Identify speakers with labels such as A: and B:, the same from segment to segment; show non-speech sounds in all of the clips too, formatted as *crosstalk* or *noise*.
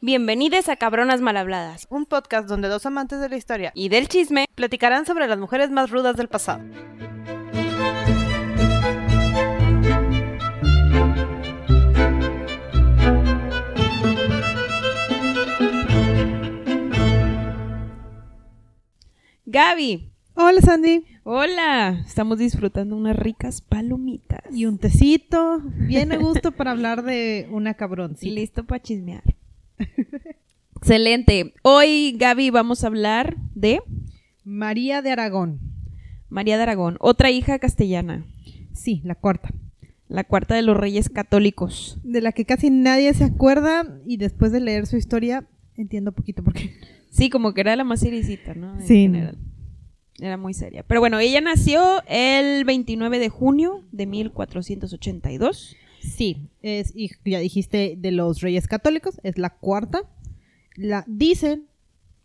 A: Bienvenidos a Cabronas Malhabladas
B: un podcast donde dos amantes de la historia
A: y del chisme.
B: platicarán sobre las mujeres más rudas del pasado.
A: Gaby,
B: Hola Sandy.
A: hola. Estamos disfrutando unas ricas palomitas.
C: Y un tecito, bien a gusto para hablar de una cabroncita.
A: listo para chismear. *laughs* Excelente. Hoy, Gaby, vamos a hablar de
C: María de Aragón.
A: María de Aragón, otra hija castellana,
C: Sí, la cuarta.
A: la cuarta de los reyes católicos.
C: De la que casi nadie se acuerda y después de leer su historia entiendo poquito por qué.
A: Sí, como que era la más sericita, ¿no? En
C: Sí.
A: general. Era muy seria. Pero bueno, ella nació el 29 de junio de 1482.
C: Sí, es, y ya dijiste de los reyes católicos, es la cuarta. La, dicen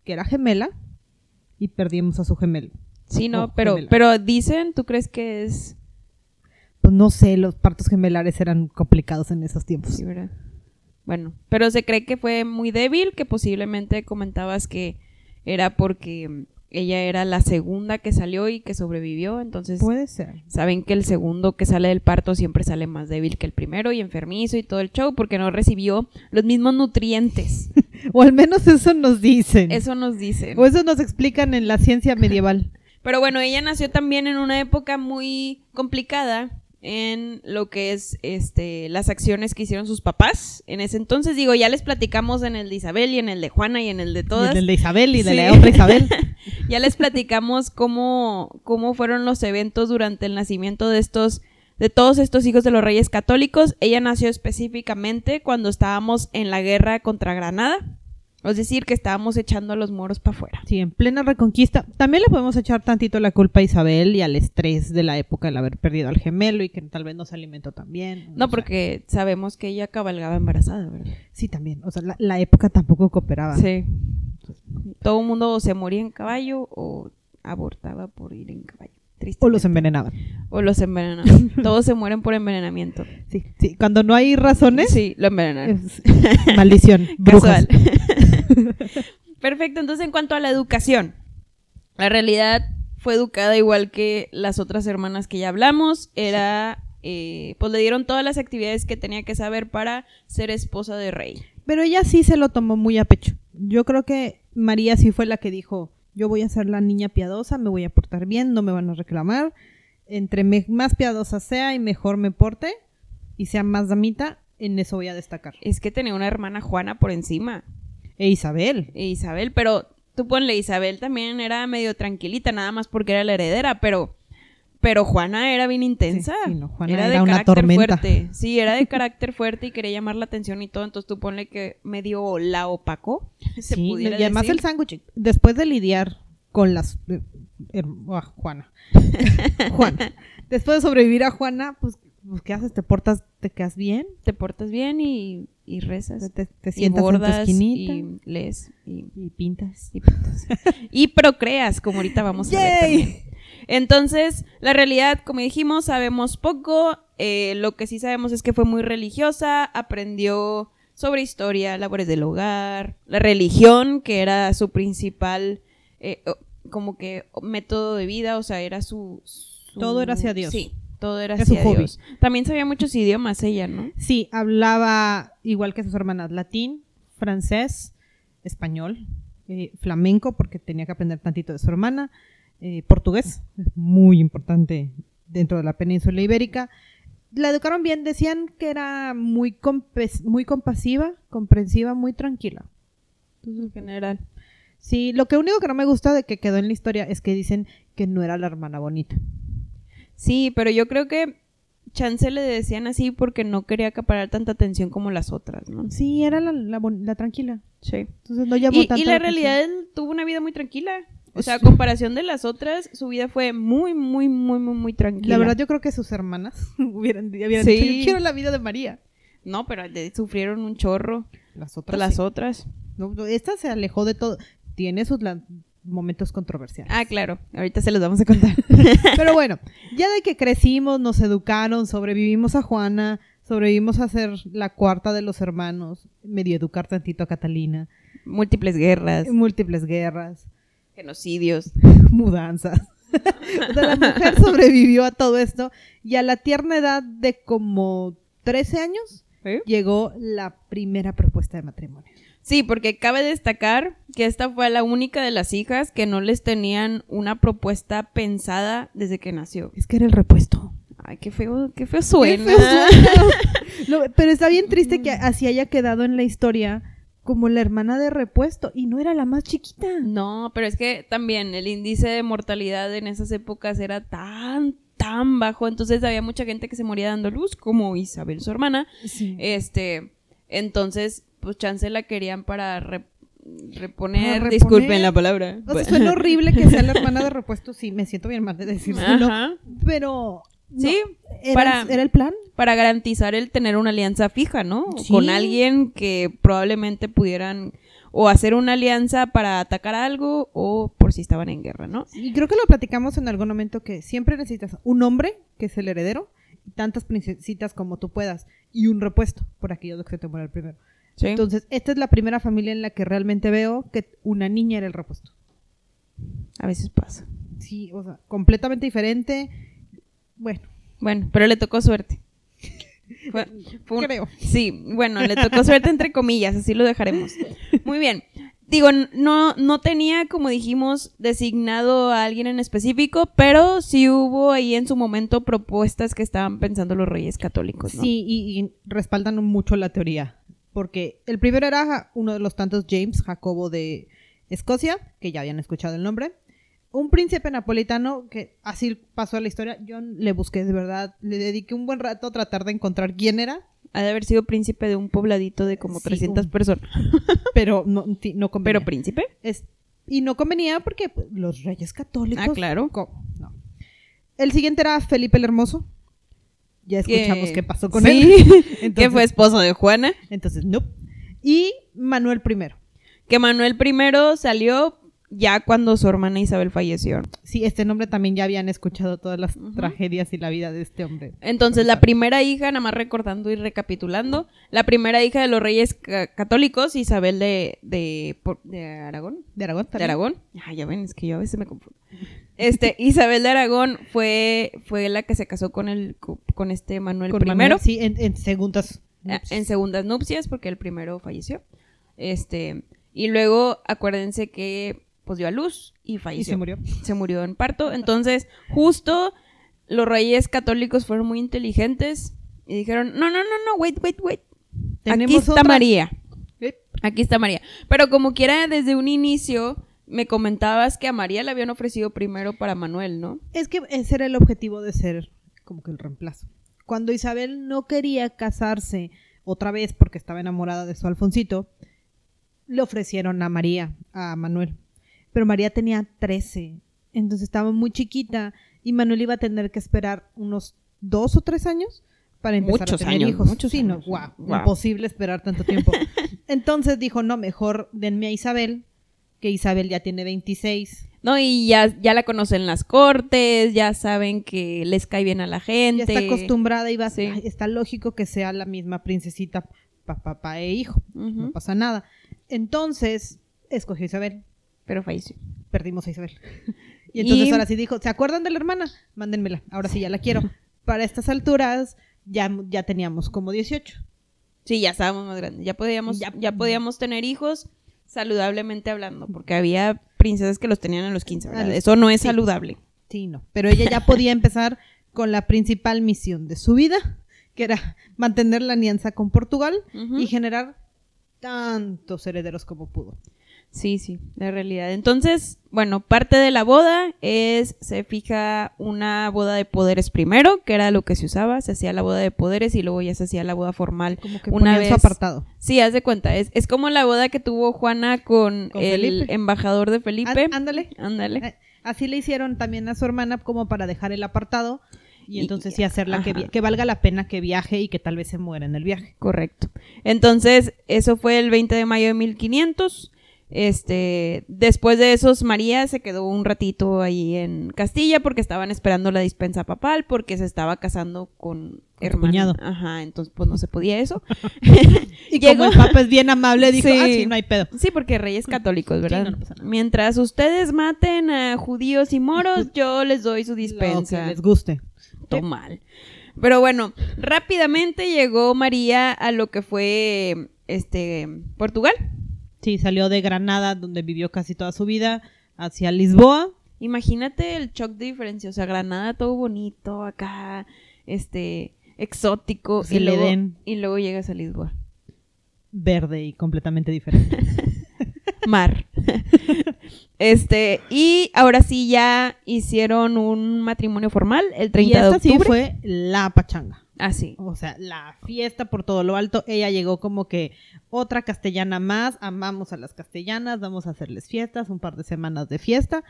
C: que era gemela y perdimos a su gemelo.
A: Sí, no,
C: Oh,
A: pero,
C: gemela.
A: pero dicen, ¿tú crees que es?
C: Pues no sé, los partos gemelares eran complicados en esos tiempos.
A: Sí, ¿verdad? Bueno, pero se cree que fue muy débil, que posiblemente comentabas que era porque ella era la segunda que salió y que sobrevivió, entonces
C: Puede ser.
A: saben que el segundo que sale del parto siempre sale más débil que el primero y enfermizo y todo el show porque no recibió los mismos nutrientes.
C: O al menos eso nos dicen.
A: Eso nos dicen.
C: O eso nos explican en la ciencia medieval.
A: *laughs* Pero bueno, ella nació también en una época muy complicada en lo que es este las acciones que hicieron sus papás. En ese entonces, digo, ya les platicamos en el de Isabel y en el de Juana y en el de todas.
C: Y del de Isabel y de la
A: Sí. *laughs*
C: otra Isabel.
A: Ya les platicamos cómo, cómo fueron los eventos durante el nacimiento de estos, de todos estos hijos de los reyes católicos. Ella nació específicamente cuando estábamos en la guerra contra Granada. Es decir, que estábamos echando a los moros para afuera.
C: Sí, en plena reconquista. También le podemos echar tantito la culpa a Isabel y al estrés de la época del haber perdido al gemelo y que tal vez no se alimentó tan bien. o
A: No,
C: sea,
A: porque sabemos que ella cabalgaba embarazada, ¿verdad?
C: sí, también. O sea, la, la época tampoco cooperaba.
A: Sí. Todo el mundo o se moría en caballo o abortaba por ir en caballo. Triste.
C: O los envenenaban.
A: O los
C: *laughs*
A: envenenaban. Todos se mueren por envenenamiento.
C: Sí, sí. Cuando no hay razones,
A: Sí, lo envenenaron.
C: es- *laughs* maldición. brujas.
A: Casual. *laughs* Perfecto. Entonces, en cuanto a la educación, la realidad fue educada igual que las otras hermanas que ya hablamos. Era. eh, pues le dieron todas las actividades que tenía que saber para ser esposa de rey.
C: Pero ella sí se lo tomó muy a pecho. Yo creo que María sí fue la que dijo, yo voy a ser la niña piadosa, me voy a portar bien, no me van a reclamar. Entre me- más piadosa sea y mejor me porte y sea más damita, en eso voy a destacar.
A: Es que tenía una hermana Juana por encima.
C: E Isabel.
A: e Isabel, pero tú ponle Isabel también era medio tranquilita, nada más porque era la heredera, pero pero Juana era bien intensa.
C: Sí, sí, no, Juana era una tormenta.
A: fuerte. Sí, era de carácter fuerte y quería llamar la atención y todo, entonces tú ponle que medio la opacó, *laughs* se
C: Sí, y
A: pudiera
C: además
A: decir.
C: el sándwich, después de lidiar con las... eh, her- ah, Juana.
A: *laughs*
C: Juana. Después de sobrevivir a Juana, pues, pues, ¿qué haces? ¿Te portas? ¿Te quedas bien?
A: te portas bien y, y rezas,
C: ¿Te, te
A: Pues, y
C: sientas en tu
A: bordas
C: esquinita?
A: y lees y
C: y pintas.
A: y pintas. Y procreas, como ahorita vamos a ver
C: ¡Yay!
A: también. Entonces, la realidad, como dijimos, sabemos poco. eh, lo que sí sabemos es que fue muy religiosa, aprendió sobre historia, labores del hogar, la religión, que era su principal, eh, o- como que método de vida, o sea, era su... su-
C: Todo era hacia Dios.
A: Sí, todo era
C: Era su
A: hacia
C: hobby.
A: Dios. También sabía muchos idiomas ella, ¿no?
C: Sí, hablaba igual que sus hermanas, latín, francés, español, eh, flamenco, porque tenía que aprender tantito de su hermana, eh, portugués, muy importante dentro de la península ibérica. La educaron bien, decían que era muy, compes- muy compasiva, comprensiva, muy tranquila. Pues,
A: En general.
C: Sí, lo que único que no me gusta de que quedó en la historia es que dicen que no era la hermana bonita.
A: Sí, pero yo creo que Chance le decían así porque no quería acaparar tanta atención como las otras, ¿no?
C: Sí, era la, la bon- la tranquila.
A: Sí.
C: Entonces no llamó
A: Y,
C: tanto
A: y la
C: atención.
A: realidad él tuvo una vida muy tranquila. O sea, a
C: Sí.
A: comparación de las otras, su vida fue muy, muy, muy, muy, muy tranquila.
C: La verdad, yo creo que sus hermanas *laughs* hubieran, hubieran
A: Sí.
C: dicho, "Yo quiero la vida de María.
A: No, pero de- sufrieron un chorro.
C: Las
A: las otras.
C: No, no, esta se alejó de todo. Tiene sus la- momentos controversiales.
A: Ah, claro. Ahorita se los vamos
C: *laughs*
A: a contar.
C: Pero bueno, ya de que crecimos, nos educaron, sobrevivimos a Juana, Sobrevivimos a ser la cuarta de los hermanos, medio educar tantito a Catalina,
A: Múltiples guerras,
C: Mm. múltiples guerras, *laughs*
A: genocidios.
C: mudanzas. *laughs* O sea, la mujer sobrevivió a todo esto y a la tierna edad de como 13 años llegó la primera propuesta de matrimonio.
A: Sí, porque cabe destacar que esta fue la única de las hijas que no les tenían una propuesta pensada desde que nació.
C: Es que era el repuesto.
A: Ay, qué feo, qué feo suena.
C: Qué
A: *laughs*
C: feo suena. Lo- pero está bien triste
A: Mm.
C: que así haya quedado en la historia como la hermana de repuesto y no era la más chiquita.
A: No, pero es que también el índice de mortalidad en esas épocas era tan, tan bajo. Entonces había mucha gente que se moría dando luz, como Isabel, su hermana.
C: Sí.
A: Este, entonces, pues chance la querían para re- reponer,
C: Para reponer.
A: Disculpen la palabra.
C: o sea, suena
A: *laughs*
C: horrible que sea la hermana de repuesto, sí, me siento bien mal de decírselo,
A: Ajá.
C: pero no,
A: Sí,
C: era,
A: para-
C: era el plan.
A: para garantizar el tener una alianza fija, ¿no?
C: Sí.
A: Con alguien que probablemente pudieran o hacer una alianza para atacar algo o por si estaban en guerra, ¿no?
C: Y creo que lo platicamos en algún momento que siempre necesitas un hombre, que es el heredero, y tantas princesitas como tú puedas, y un repuesto, por aquello de que se te muera el primero.
A: Sí.
C: Entonces, esta es la primera familia en la que realmente veo que una niña era el repuesto.
A: a veces pasa.
C: Sí, o sea, completamente diferente. Bueno,
A: Bueno, pero le tocó *laughs* suerte. Fue- fue un-
C: creo.
A: Sí, bueno, le tocó suerte entre comillas, así lo dejaremos. Muy bien. Digo, n- no, no tenía, como dijimos, designado a alguien en específico, pero sí hubo ahí en su momento propuestas que estaban pensando los reyes católicos, Pues ¿no?
C: Sí, y, y respaldan mucho la teoría. Porque el primero era ja- uno de los tantos James Jacobo de Escocia, que ya habían escuchado el nombre. Un príncipe napolitano que así pasó la historia. Yo le busqué de verdad, le dediqué un buen rato a tratar de encontrar
A: *laughs*
C: quién era,
A: Ha de haber sido príncipe de un pobladito de como
C: Sí,
A: 300 *laughs*
C: un-
A: personas.
C: pero no, ti- no convenía.
A: ¿Pero príncipe?
C: Es- y no convenía porque pues, los reyes católicos.
A: Ah, claro.
C: co- no. El siguiente era Felipe el Hermoso. Ya
A: Que-
C: escuchamos qué pasó con
A: Sí. *laughs*
C: él.
A: que fue esposo de Juana.
C: Entonces, no. Y Manuel I.
A: Que Manuel I salió ya cuando su hermana Isabel falleció.
C: Sí, este nombre también ya habían escuchado todas las tragedias y la vida de este hombre.
A: Entonces, la primera hija, nada más recordando y recapitulando, la primera hija de los reyes ca- católicos, Isabel de, de, por- de Aragón.
C: De Aragón
A: De
C: también.
A: Aragón. Ah, ya ven, es que yo a veces me confundo. *laughs* Este, Isabel de Aragón fue, fue la que se casó con el con este Manuel
C: Con
A: I.
C: Manuel, sí, en, en segundas.
A: Ah, en segundas nupcias porque el primero falleció. Este, y luego acuérdense que pues dio a luz y
C: y
A: falleció.
C: se murió.
A: Se murió en parto. Entonces, justo los reyes católicos fueron muy inteligentes y dijeron, "No, no, no, no, wait, wait, wait. Aquí
C: Tenemos
A: está
C: otra.
A: María.
C: Eh,
A: Aquí está María." Pero como quiera desde un inicio me comentabas que a María le habían ofrecido primero para Manuel, ¿no?
C: Es que ese era el objetivo de ser como que el reemplazo. Cuando Isabel no quería casarse otra vez porque estaba enamorada de su Alfoncito, le ofrecieron a María, a Manuel. Pero María tenía 13, entonces estaba muy chiquita y Manuel iba a tener que esperar unos dos o tres años para empezar
A: Muchos
C: a tener
A: años,
C: hijos.
A: muchos
C: sí,
A: años.
C: no, guau,
A: Guau.
C: imposible esperar tanto tiempo.
A: *laughs*
C: entonces dijo, no, mejor denme a Isabel, que Isabel ya tiene 26.
A: No, y ya, ya la conocen las cortes, ya saben que les cae bien a la gente.
C: ya está acostumbrada y va a
A: Sí.
C: ay, está lógico que sea la misma princesita pa- papá e hijo no
A: Ujú.
C: pasa nada entonces escogió a Isabel
A: Pero falleció.
C: perdimos a Isabel *laughs* y entonces
A: Y-
C: ahora sí dijo se acuerdan de la hermana mándenmela ahora sí ya la quiero para estas alturas ya ya teníamos como 18
A: Sí, ya estábamos más grandes. Ya podíamos, ya,
C: Ya-
A: podíamos tener hijos saludablemente hablando, porque había princesas que los tenían a los 15, ¿verdad?
C: A los-
A: Eso no es
C: sí.
A: saludable.
C: sí no pero ella ya
A: *laughs*
C: podía empezar con la principal misión de su vida que era mantener la alianza con Portugal
A: Ujú.
C: y generar tantos herederos como pudo
A: Sí, sí, la realidad. Entonces, bueno, parte de la boda es, se fija una boda de poderes primero, que era lo que se usaba, se hacía la boda de poderes y luego ya se hacía la boda formal.
C: como que
A: Una
C: ponían su
A: vez-
C: apartado
A: Sí, haz de cuenta, es, es como la boda que tuvo Juana con, Ah,
C: Con
A: el
C: Felipe.
A: embajador de Felipe.
C: Á- ándale.
A: Ándale.
C: Eh, Así le hicieron también a su hermana como para dejar el apartado y
A: Y-
C: entonces sí hacerla que,
A: ajá.
C: vi- que valga la pena que viaje y que tal vez se muera en el viaje.
A: Correcto. Entonces, eso fue el 20 de mayo de 1500. Este, después de esos, María se quedó un ratito ahí en Castilla porque estaban esperando la dispensa papal porque se estaba casando con,
C: con tu
A: hermana.
C: cuñado.
A: Ajá, entonces pues no se podía eso.
C: Y
A: Llegó-
C: como el papa es bien amable, dijo,
A: Sí.
C: ah, sí, no hay pedo.
A: Sí, porque reyes católicos, ¿verdad?
C: no, no pasa nada.
A: Mientras ustedes maten a judíos y moros,
C: *laughs*
A: yo les doy su
C: Lo
A: dispensa.
C: que les guste.
A: Todo mal. Pero bueno, rápidamente llegó María a lo que fue este Portugal.
C: Sí, salió de Granada, donde vivió casi toda su vida, hacia Lisboa.
A: Imagínate el shock de diferencia, o sea, Granada todo bonito acá, este exótico
C: Sí,
A: y
C: le
A: luego
C: den.
A: y luego llegas a Lisboa. *laughs*
C: verde y completamente diferente.
A: Mar. *laughs* este, y ahora sí ya hicieron un matrimonio formal el 30
C: y
A: de
C: esta sí
A: octubre. Ah,
C: fue la pachanga.
A: Así.
C: O sea, la fiesta por todo lo alto. Ella llegó como que otra castellana más. Amamos a las castellanas, vamos a hacerles fiestas, un par de semanas de fiesta.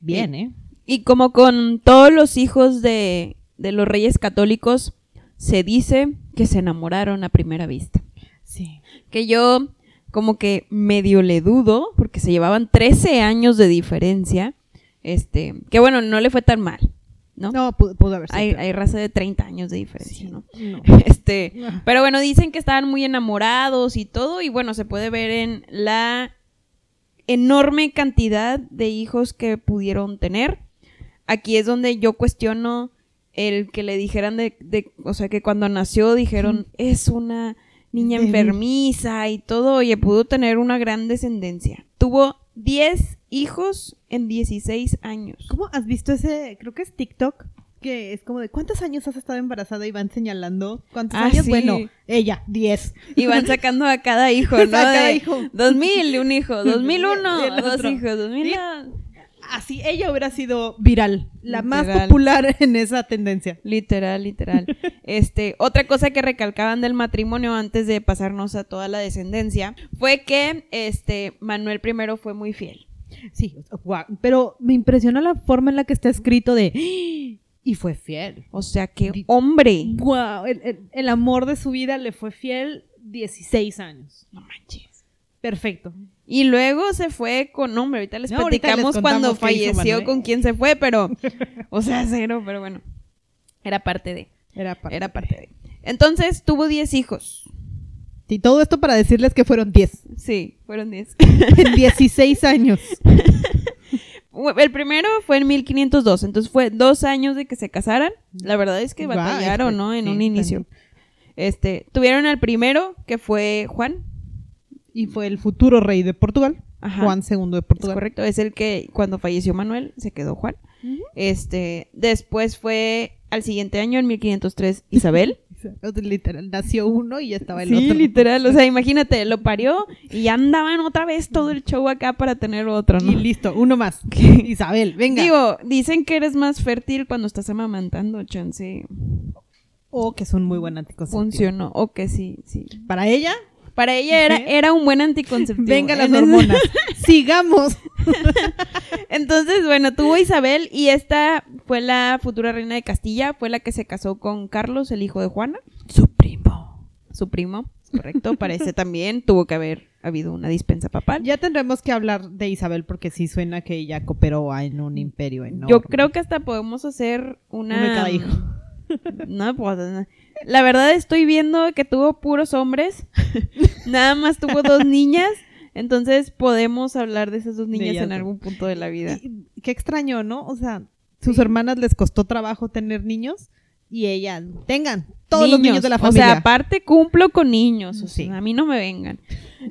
C: Bien, ¿eh?
A: Y como con todos los hijos de, de los reyes católicos, se dice que se enamoraron a primera vista.
C: Sí.
A: Que yo como que medio le dudo, porque se llevaban 13 años de diferencia. Este, que bueno, no le fue tan mal, ¿no?
C: No, pudo, pudo haber sido.
A: hay,
C: peor.
A: hay raza de 30 años de diferencia,
C: Sí,
A: ¿no?
C: no.
A: *laughs* Este, pero bueno, dicen que estaban muy enamorados y todo, y bueno, se puede ver en la enorme cantidad de hijos que pudieron tener. Aquí es donde yo cuestiono el que le dijeran de, de- o sea, que cuando nació dijeron, es una niña
C: Débil.
A: enfermiza y todo, y pudo tener una gran descendencia. Tuvo 10 hijos en 16 años.
C: *laughs* ¿Cómo has visto ese? Creo que es TikTok. Que es como de cuántos años has estado embarazada y van señalando cuántos
A: Ah,
C: años.
A: sí.
C: Bueno, ella, 10.
A: Y van sacando a cada hijo,
C: *laughs* A
A: ¿no?
C: cada
A: De
C: hijo.
A: 2000, un
C: *laughs*
A: hijo. 2001,
C: El
A: dos
C: otro.
A: hijos. 2000.
C: Así, ella hubiera sido viral, la más
A: Literal.
C: popular *laughs* en esa tendencia.
A: Literal, literal. Este, otra cosa que recalcaban del matrimonio antes de pasarnos a toda la descendencia fue que este Manuel I fue muy fiel.
C: Sí, guau, pero me impresionó la forma en la que está escrito de... "¡Ah!", Y fue fiel.
A: O sea, que
C: Di-
A: hombre.
C: Wow, el, el- el amor de su vida le fue fiel 16 años.
A: No manches.
C: Perfecto.
A: Y luego se fue con hombre, ahorita les
C: No, ahorita les
A: platicamos cuando
C: contamos qué hizo
A: falleció
C: Manuel.
A: con quién se fue,
C: *laughs*
A: pero o sea, cero, pero bueno. Era parte de,
C: Era parte.
A: era parte de. Entonces tuvo 10 hijos.
C: Y todo esto para decirles que fueron 10.
A: Sí, fueron *laughs* 10.
C: En 16 años.
A: El primero fue en 1502, entonces fue dos años de que se casaran. La verdad es que
C: Guau,
A: batallaron,
C: este,
A: ¿no? En
C: sí,
A: un inicio. Este, tuvieron al primero, que fue Juan,
C: Y fue el futuro rey de Portugal,
A: Ajá.
C: Juan II de
A: ¿es
C: Portugal.
A: correcto? Es el que cuando falleció Manuel se quedó Juan.
C: Ujú.
A: Este, después fue al siguiente año, en
C: *laughs*
A: 1503, Isabel.
C: Literal, nació uno y ya estaba el
A: sí,
C: otro.
A: literal, o sea, imagínate, lo parió y ya andaban otra vez todo el show acá para tener otro,
C: Y
A: ¿no?
C: listo,
A: *laughs*
C: uno más. Isabel, venga.
A: Digo, dicen que eres más fértil cuando estás amamantando, chance.
C: o Oh, que son muy buen anticonceptivo.
A: Funcionó, o que sí, sí.
C: Para ella,
A: Para ella era,
C: Ujú.
A: era un buen anticonceptivo.
C: venga las
A: En ese-
C: hormonas. *laughs* Sigamos.
A: *laughs* Entonces, bueno, tuvo Isabel y esta fue la futura reina de Castilla, fue la que se casó con Carlos, el hijo de Juana. Su primo. Su primo, correcto. Parece también tuvo que haber habido una dispensa papal.
C: Ya tendremos que hablar de Isabel porque sí suena que ella cooperó a- en un imperio enorme.
A: Yo creo que hasta podemos hacer una...
C: Uno de cada hijo.
A: *laughs* No, pues, no. La verdad estoy viendo que tuvo puros
C: *laughs*
A: hombres. Nada más tuvo dos niñas. Entonces podemos hablar de esas dos
C: De
A: niñas
C: ellas
A: en
C: dos.
A: algún punto de la vida.
C: Y- y Qué extraño, ¿no? O sea, sus hermanas les costó trabajo tener niños y ella, tengan todos los niños de la familia. Mm,
A: O sea, aparte cumplo con niños, o sea,
C: Sí.
A: a mí no me vengan.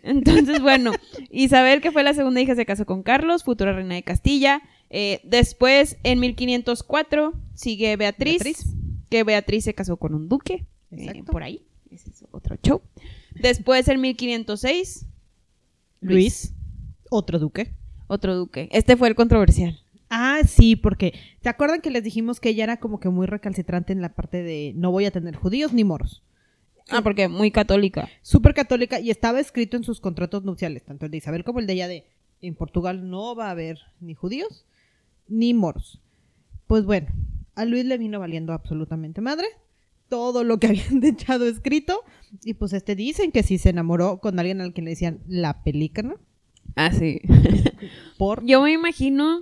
A: Entonces, bueno, Isabel, que fue la segunda hija, se casó con Carlos, futura reina de Castilla. Eh, después, en 1504, sigue Beatriz,
C: Beatriz.
A: que Beatriz se casó con un duque, eh,
C: Exacto.
A: por ahí, ese es otro show. Después, en 1506,
C: Luis, otro duque.
A: otro duque. Este fue el controversial.
C: Ah, sí, porque ¿te acuerdan que les dijimos que ella era como que muy recalcitrante en la parte de no voy a tener judíos ni moros?
A: Ah, porque muy católica.
C: Súper católica y estaba escrito en sus contratos nupciales, tanto el de Isabel como el de ella de en Portugal no va a haber ni judíos ni moros. Pues bueno, a Luis le vino valiendo absolutamente madre todo lo que *laughs* habían echado escrito y pues este dicen que sí se enamoró con alguien al que le decían la pelícana
A: Ah, sí.
C: por
A: Yo me imagino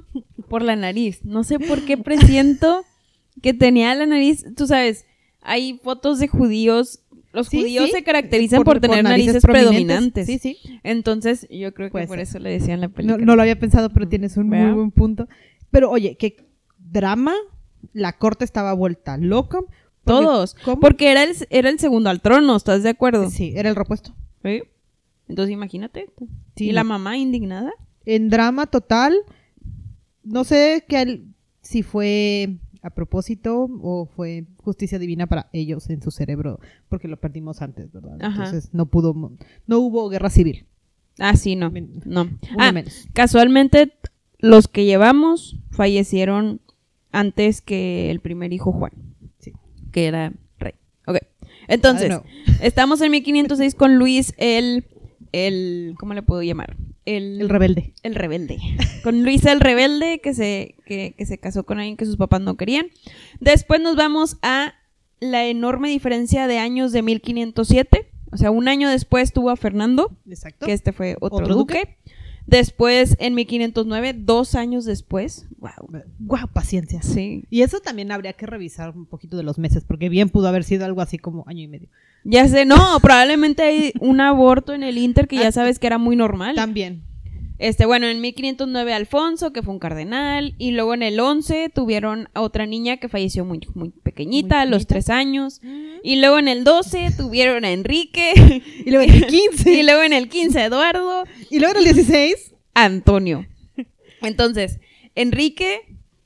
A: por la nariz. No sé por qué presiento que tenía la nariz, tú sabes, hay fotos de judíos. Los
C: Sí,
A: judíos
C: sí.
A: se caracterizan por, tener narices,
C: prominentes.
A: predominantes.
C: Sí, sí.
A: Entonces, yo creo que
C: Puede
A: por
C: ser.
A: eso le decían la
C: No,
A: película.
C: no lo había pensado, pero tienes un muy
A: ¿Verdad?
C: buen punto. Pero oye, qué drama. La corte estaba vuelta loca. porque-
A: Todos.
C: ¿cómo?
A: Porque era el, era el segundo al trono, ¿estás de acuerdo?
C: Sí, era el repuesto.
A: Sí. Entonces, imagínate.
C: Sí,
A: y la
C: no.
A: mamá indignada.
C: En drama total, no sé que al- si fue a propósito o fue justicia divina para ellos en su cerebro, porque lo perdimos antes, ¿verdad?
A: Ajá.
C: Entonces no pudo, mo- no hubo guerra civil.
A: Ah, sí, no.
C: Men-
A: No.
C: Una
A: Ah,
C: menos.
A: casualmente, t- los que llevamos fallecieron antes que el primer hijo Juan.
C: Sí.
A: Que era rey. Ok. Entonces,
C: Ah,
A: estamos en 1506 con Luis el. el ¿Cómo le puedo llamar? El,
C: El rebelde.
A: el rebelde. Con Luis el rebelde que se, que, que se casó con alguien que sus papás no querían. Después nos vamos a la enorme diferencia de años de 1507. O sea, un año después tuvo a Fernando
C: Exacto.
A: que este fue otro,
C: Otro
A: duque.
C: duque.
A: Después, en 1509, dos años después. Wow.
C: Guau, paciencia.
A: Sí.
C: Y eso también habría que revisar un poquito de los meses, porque bien pudo haber sido algo así como año y medio.
A: Ya sé, no, probablemente hay un aborto en el Inter que ya
C: Ah,
A: sabes que era muy normal.
C: También.
A: Este, bueno, en 1509 Alfonso, que fue un cardenal, y luego en el 11 tuvieron a otra niña que falleció muy, muy pequeñita, a los
C: pequeñita. Mm.
A: tres años, y luego en el 12 tuvieron a Enrique,
C: *laughs* Y luego en el 15.
A: *laughs* y luego en el 15 Eduardo,
C: Y luego en el 16.
A: Antonio. Entonces, Enrique,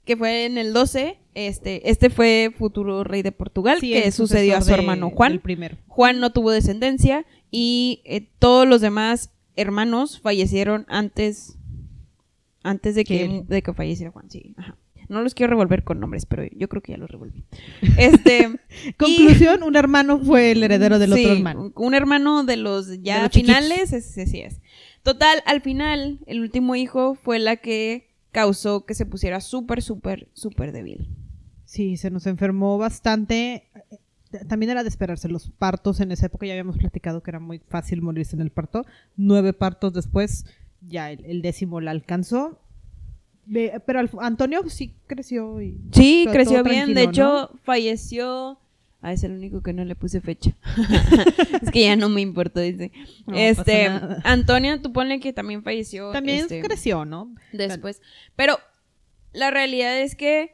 A: que fue en el 12, este, este fue futuro rey de Portugal,
C: sí,
A: que
C: el
A: sucedió a su
C: sucesor de-
A: hermano Juan.
C: del primero.
A: Juan no tuvo descendencia y eh, todos los demás hermanos fallecieron antes, antes de,
C: Que
A: que,
C: él.
A: de que falleciera Juan. Sí, ajá. No los quiero revolver con nombres, pero yo creo que ya los revolví. *laughs* Este, y- Mm,
C: Conclusión, un hermano fue el heredero del
A: Sí,
C: otro hermano.
A: Un hermano de los ya
C: De los chiquitos.
A: finales, es- así es. Total, al final, el último hijo fue la que causó que se pusiera súper, súper, súper débil.
C: Sí, se nos enfermó bastante. Eh, También era de esperarse los partos. En esa época ya habíamos platicado que era muy fácil morirse en el parto. Nueve partos después, ya el, el décimo la alcanzó. Ve- Pero Alf- Antonio sí creció y...
A: Sí,
C: Todo-
A: creció
C: todo
A: bien. De
C: tranquilo,
A: hecho, falleció. Ah, es el único que no le puse
C: *laughs*
A: fecha. es que ya no me importó, dice.
C: No
A: este,
C: pasa nada.
A: Antonio, tú ponle que también falleció.
C: También
A: este,
C: creció, ¿no?
A: después. Pero la realidad es que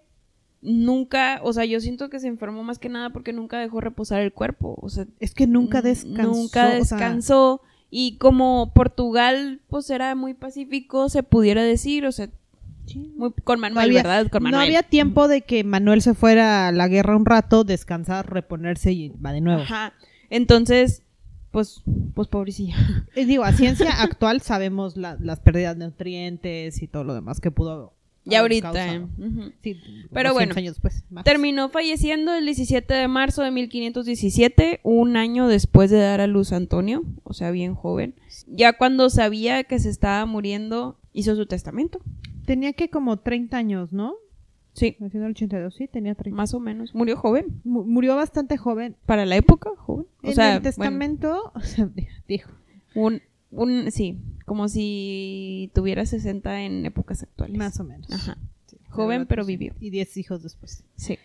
A: nunca, o sea, yo siento que se enfermó más que nada porque nunca dejó reposar el cuerpo. O sea,
C: Es que nunca
A: n-
C: descansó.
A: Mm, Nunca
C: o sea,
A: descansó. Y como Portugal, pues era muy pacífico, se pudiera decir, o sea,
C: sí.
A: muy, con Manuel,
C: No había-
A: ¿verdad? Con
C: No
A: Manuel.
C: había tiempo de que Manuel se fuera a la guerra un rato, descansar, reponerse y va de nuevo.
A: Ajá. Entonces, pues, pues pobrecilla.
C: Eh, Digo, a
A: *laughs*
C: ciencia actual sabemos la- las pérdidas de nutrientes y todo lo demás que pudo.
A: Ya
C: haber
A: ahorita.
C: causado.
A: eh, ujú.
C: Sí,
A: Pero
C: unos
A: bueno,
C: 100 años después, más.
A: Terminó falleciendo el 17 de marzo de 1517, un año después de dar a luz a Antonio, o sea, bien joven. Ya cuando sabía que se estaba muriendo, hizo su testamento.
C: Tenía que como 30 años, ¿no?
A: Sí,
C: Nació en el 82, sí, tenía 30.
A: más o menos. Murió joven.
C: Mu- murió bastante joven.
A: Para la época, joven. O
C: en
A: sea,
C: el
A: bueno,
C: testamento, *laughs* o sea, dijo.
A: un, un, sí, como si tuviera 60 en épocas actuales.
C: Más o menos.
A: Ajá.
C: Sí,
A: Joven,
C: otros
A: pero
C: sí.
A: vivió.
C: Y 10 hijos después.
A: Sí.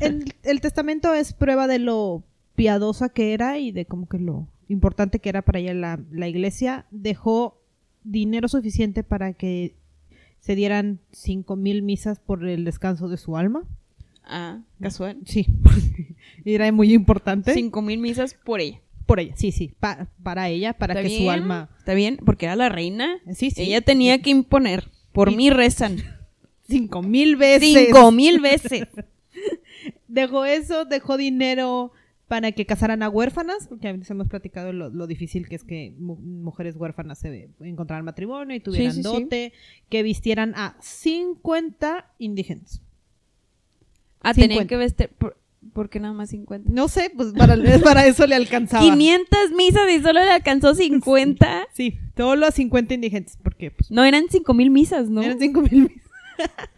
C: el, el testamento es prueba de lo piadosa que era y de como que lo importante que era para ella la, la iglesia. Dejó dinero suficiente para que se dieran cinco mil misas por el descanso de su alma.
A: Ah, casual.
C: Sí, *laughs* era muy importante.
A: Cinco mil misas por ella.
C: Por ella, sí, sí, pa- para ella, para
A: ¿Está
C: que su
A: bien?
C: alma...
A: Está bien, porque era la reina.
C: Sí, sí.
A: Ella tenía que imponer. Por
C: Y-
A: mí rezan.
C: Cinco mil veces.
A: Cinco mil
C: *laughs*
A: veces.
C: Dejó eso, dejó dinero para que casaran a huérfanas, porque a veces hemos platicado lo, lo difícil que es que mu- mujeres huérfanas se encontraran matrimonio y tuvieran
A: sí, sí.
C: dote, que vistieran a 50 indigentes.
A: Ah, tenían
C: Cincuenta.
A: que vestir. ¿Por, por qué nada más 50?
C: No sé, pues para, *laughs* para eso le alcanzaba.
A: 500 misas y solo le alcanzó 50.
C: Sí, todos los 50 indigentes, porque pues,
A: No, eran cinco mil misas, ¿no?
C: eran 5 mil. misas.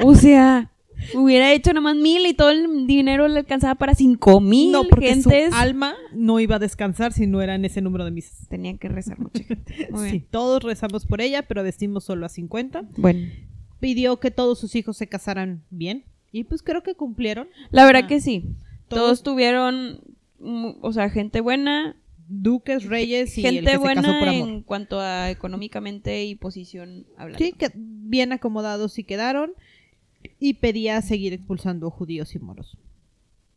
A: O sea, hubiera hecho nada más mil y todo el dinero le alcanzaba para cinco mil.
C: No, porque
A: gentes.
C: su alma no iba a descansar si no eran ese número de misas.
A: Tenían que rezar
C: *laughs*
A: mucha gente. Muy
C: Sí,
A: bien.
C: todos rezamos por ella, pero vestimos solo a 50.
A: Bueno.
C: pidió que todos sus hijos se casaran bien. Y pues creo que cumplieron.
A: La verdad
C: Ah.
A: que sí. Todos tuvieron, mm, o sea, gente buena,
C: duques, reyes y el que
A: gente
C: se casó por
A: buena
C: amor.
A: en cuanto a económicamente y posición hablando.
C: Sí, que bien acomodados sí quedaron y pedía seguir expulsando judíos y moros.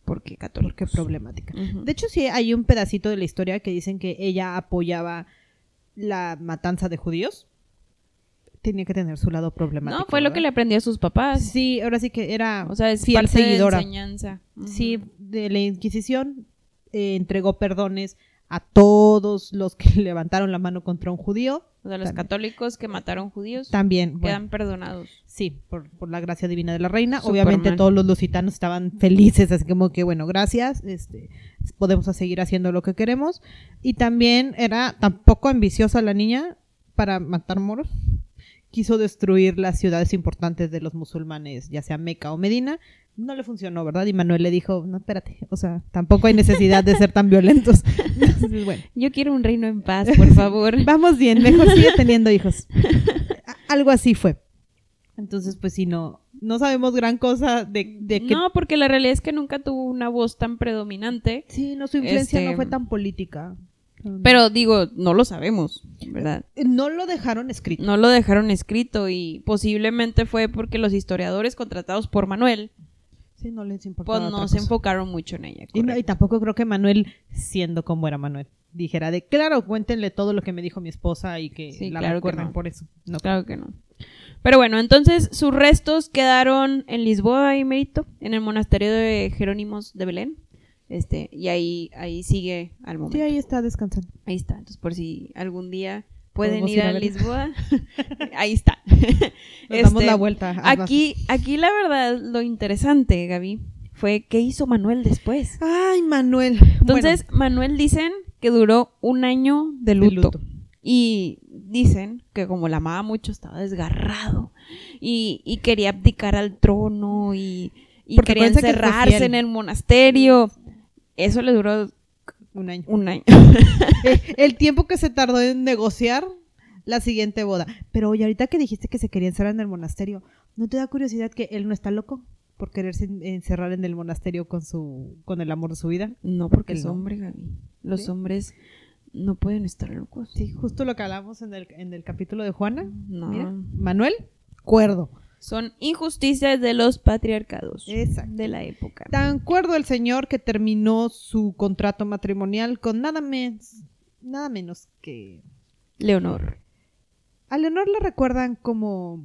A: porque católicos.
C: Porque problemática.
A: Ujú.
C: De hecho, sí hay un pedacito de la historia que dicen que ella apoyaba la matanza de judíos. Tenía que tener su lado problemático.
A: no, fue lo que le
C: ¿verdad?
A: aprendió a sus papás.
C: Sí, ahora sí que era
A: O sea, es
C: fiel
A: parte
C: seguidora.
A: de enseñanza. Ujú.
C: Sí, de la Inquisición eh, entregó perdones a todos los que *laughs* levantaron la mano contra un judío.
A: O sea, los
C: También.
A: católicos que mataron judíos
C: También, bueno,
A: quedan perdonados.
C: sí, por, por la gracia divina de la reina.
A: Superman.
C: Obviamente todos los lusitanos estaban felices, así como que, bueno, gracias, este, podemos seguir haciendo lo que queremos. Y también era tampoco ambiciosa la niña para matar moros. Quiso destruir las ciudades importantes de los musulmanes, ya sea Meca o Medina. No le funcionó, ¿verdad? Y Manuel le dijo, no, espérate, o sea, tampoco hay necesidad de ser tan violentos. Entonces, bueno,
A: Yo quiero un reino en *laughs* paz, por favor.
C: vamos bien, mejor sigue teniendo hijos. A- Algo así fue. Entonces, pues sí, no, no sabemos gran cosa de, de que...
A: No, porque la realidad es que nunca tuvo una voz tan predominante.
C: Sí, no, su influencia
A: Este-
C: no fue tan política. Pero
A: Pero digo, no lo sabemos, ¿verdad?
C: no lo dejaron escrito.
A: No lo dejaron escrito y posiblemente fue porque los historiadores contratados por Manuel
C: Sí, no les importaba
A: pues
C: otra
A: no se
C: cosa.
A: enfocaron mucho en ella.
C: Y, no- y
A: correcto.
C: tampoco creo que Manuel, siendo como era Manuel, dijera de, claro, cuéntenle todo lo que me dijo mi esposa y que
A: Sí,
C: la
A: claro que
C: recuerden
A: no.
C: por eso. No.
A: Claro que no. Pero bueno, entonces sus restos quedaron en Lisboa y Mérito, en el monasterio de Jerónimos de Belén. Este, y ahí, ahí sigue al momento.
C: Sí, ahí está descansando.
A: Ahí está, entonces por si algún día pueden
C: Podemos
A: ir
C: ir a
A: a
C: ver. *laughs*
A: Lisboa, ahí está.
C: Nos damos
A: *laughs* Este,
C: la vuelta. al
A: Aquí, aquí la verdad, lo interesante, Gaby, fue qué hizo Manuel después.
C: vaso. Ay, Manuel.
A: Entonces, Manuel dicen que duró un año de
C: Bueno,
A: luto,
C: de luto.
A: y dicen que como la amaba mucho estaba desgarrado y, y quería abdicar al trono y, y
C: Porque
A: quería
C: acuérdense que fue
A: encerrarse
C: fiel.
A: en el monasterio. Eso le duró
C: Un año.
A: un
C: *laughs*
A: año.
C: Eh, el tiempo que se tardó en negociar la siguiente boda. Pero oye, ahorita que dijiste que se quería encerrar en el monasterio, ¿no te da curiosidad que él no está loco por quererse en- encerrar en el monasterio con su con el amor de su vida?
A: No, porque es
C: no.
A: hombre, Gaby. Los
C: ¿Sí?
A: hombres no pueden estar locos.
C: Sí, justo lo que hablamos en el, en el capítulo de Juana.
A: No.
C: Mira, Manuel, cuerdo.
A: Son injusticias de los patriarcados
C: Exacto.
A: de la época.
C: Tan cuerdo el señor que terminó su contrato matrimonial con nada menos, nada menos que
A: Leonor.
C: a Leonor la recuerdan como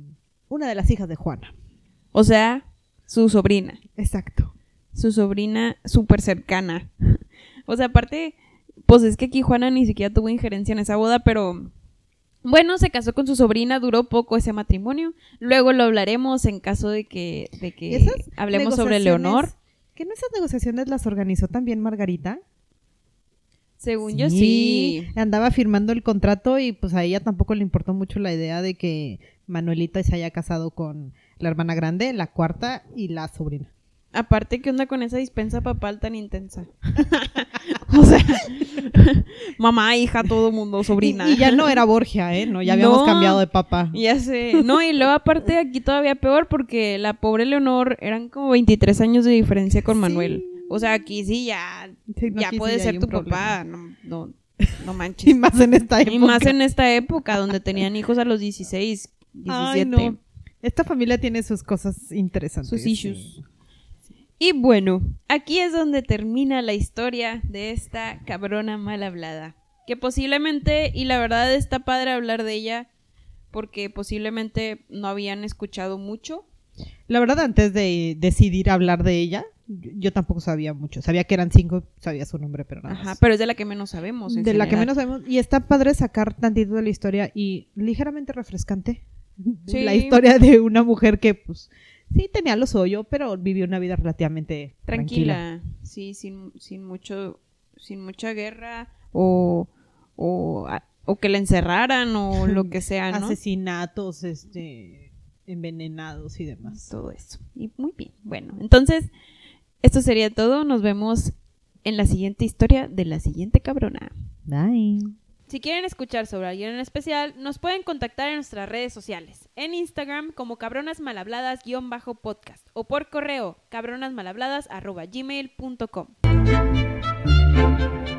C: una de las hijas de Juana.
A: O sea, su sobrina.
C: Exacto.
A: Su sobrina súper cercana. O sea, aparte, pues es que aquí Juana ni siquiera tuvo injerencia en esa boda, pero bueno, se casó con su sobrina, duró poco ese matrimonio. Luego lo hablaremos en caso de que, de que
C: Esas
A: hablemos sobre Leonor.
C: negociaciones- Que no esas negociaciones las organizó también Margarita.
A: Según yo, sí.
C: Andaba firmando el contrato y pues a ella tampoco le importó mucho la idea de que Manuelita se haya casado con la hermana grande, la cuarta y la sobrina.
A: Aparte, ¿qué onda con esa dispensa papal tan
C: *laughs*
A: intensa? *laughs* o sea, *laughs* mamá, hija, todo mundo, sobrina.
C: Y, y ya no era Borgia, ¿eh? No, ya habíamos
A: No.
C: cambiado de papa.
A: Ya sé. No, y luego aparte aquí todavía peor porque la pobre Leonor eran como 23 años de diferencia con Manuel. O sea, aquí sí ya,
C: Sí, no,
A: ya
C: aquí sí
A: puede
C: hay
A: ser
C: un
A: tu
C: problema.
A: papá. No, no, no manches.
C: *laughs* *laughs* Y más en esta época.
A: Y más en esta época donde tenían hijos a los 16, 17.
C: Ay, no. Esta familia tiene sus cosas interesantes.
A: Sus issues. Y bueno, aquí es donde termina la historia de esta cabrona mal hablada. Que posiblemente, y la verdad está padre hablar de ella, porque posiblemente no habían escuchado mucho.
C: La verdad, antes de decidir hablar de ella, yo, yo tampoco sabía mucho. Sabía que eran cinco, sabía su nombre, pero nada más.
A: Ajá, pero es de la que menos sabemos.
C: de
A: en
C: la que menos
A: general.
C: sabemos. Y está padre sacar tantito de la historia y ligeramente refrescante. *laughs*
A: Sí.
C: La historia de una mujer que, pues, sí tenía los hoyos, pero vivió una vida relativamente tranquila.
A: Tranquila, sí, sin, sin, mucho, sin mucha guerra o, o, o que la encerraran
C: *laughs*
A: o lo que sea, ¿no?
C: Asesinatos, este, envenenados y demás.
A: todo eso. Y muy bien. Bueno, entonces, esto sería todo. Nos vemos en la siguiente historia de la siguiente cabrona.
C: Bye.
A: Si quieren escuchar sobre alguien en especial, nos pueden contactar en nuestras redes sociales. En Instagram como cabronasmalhabladas-podcast o por correo cabronasmalhabladas@gmail.com.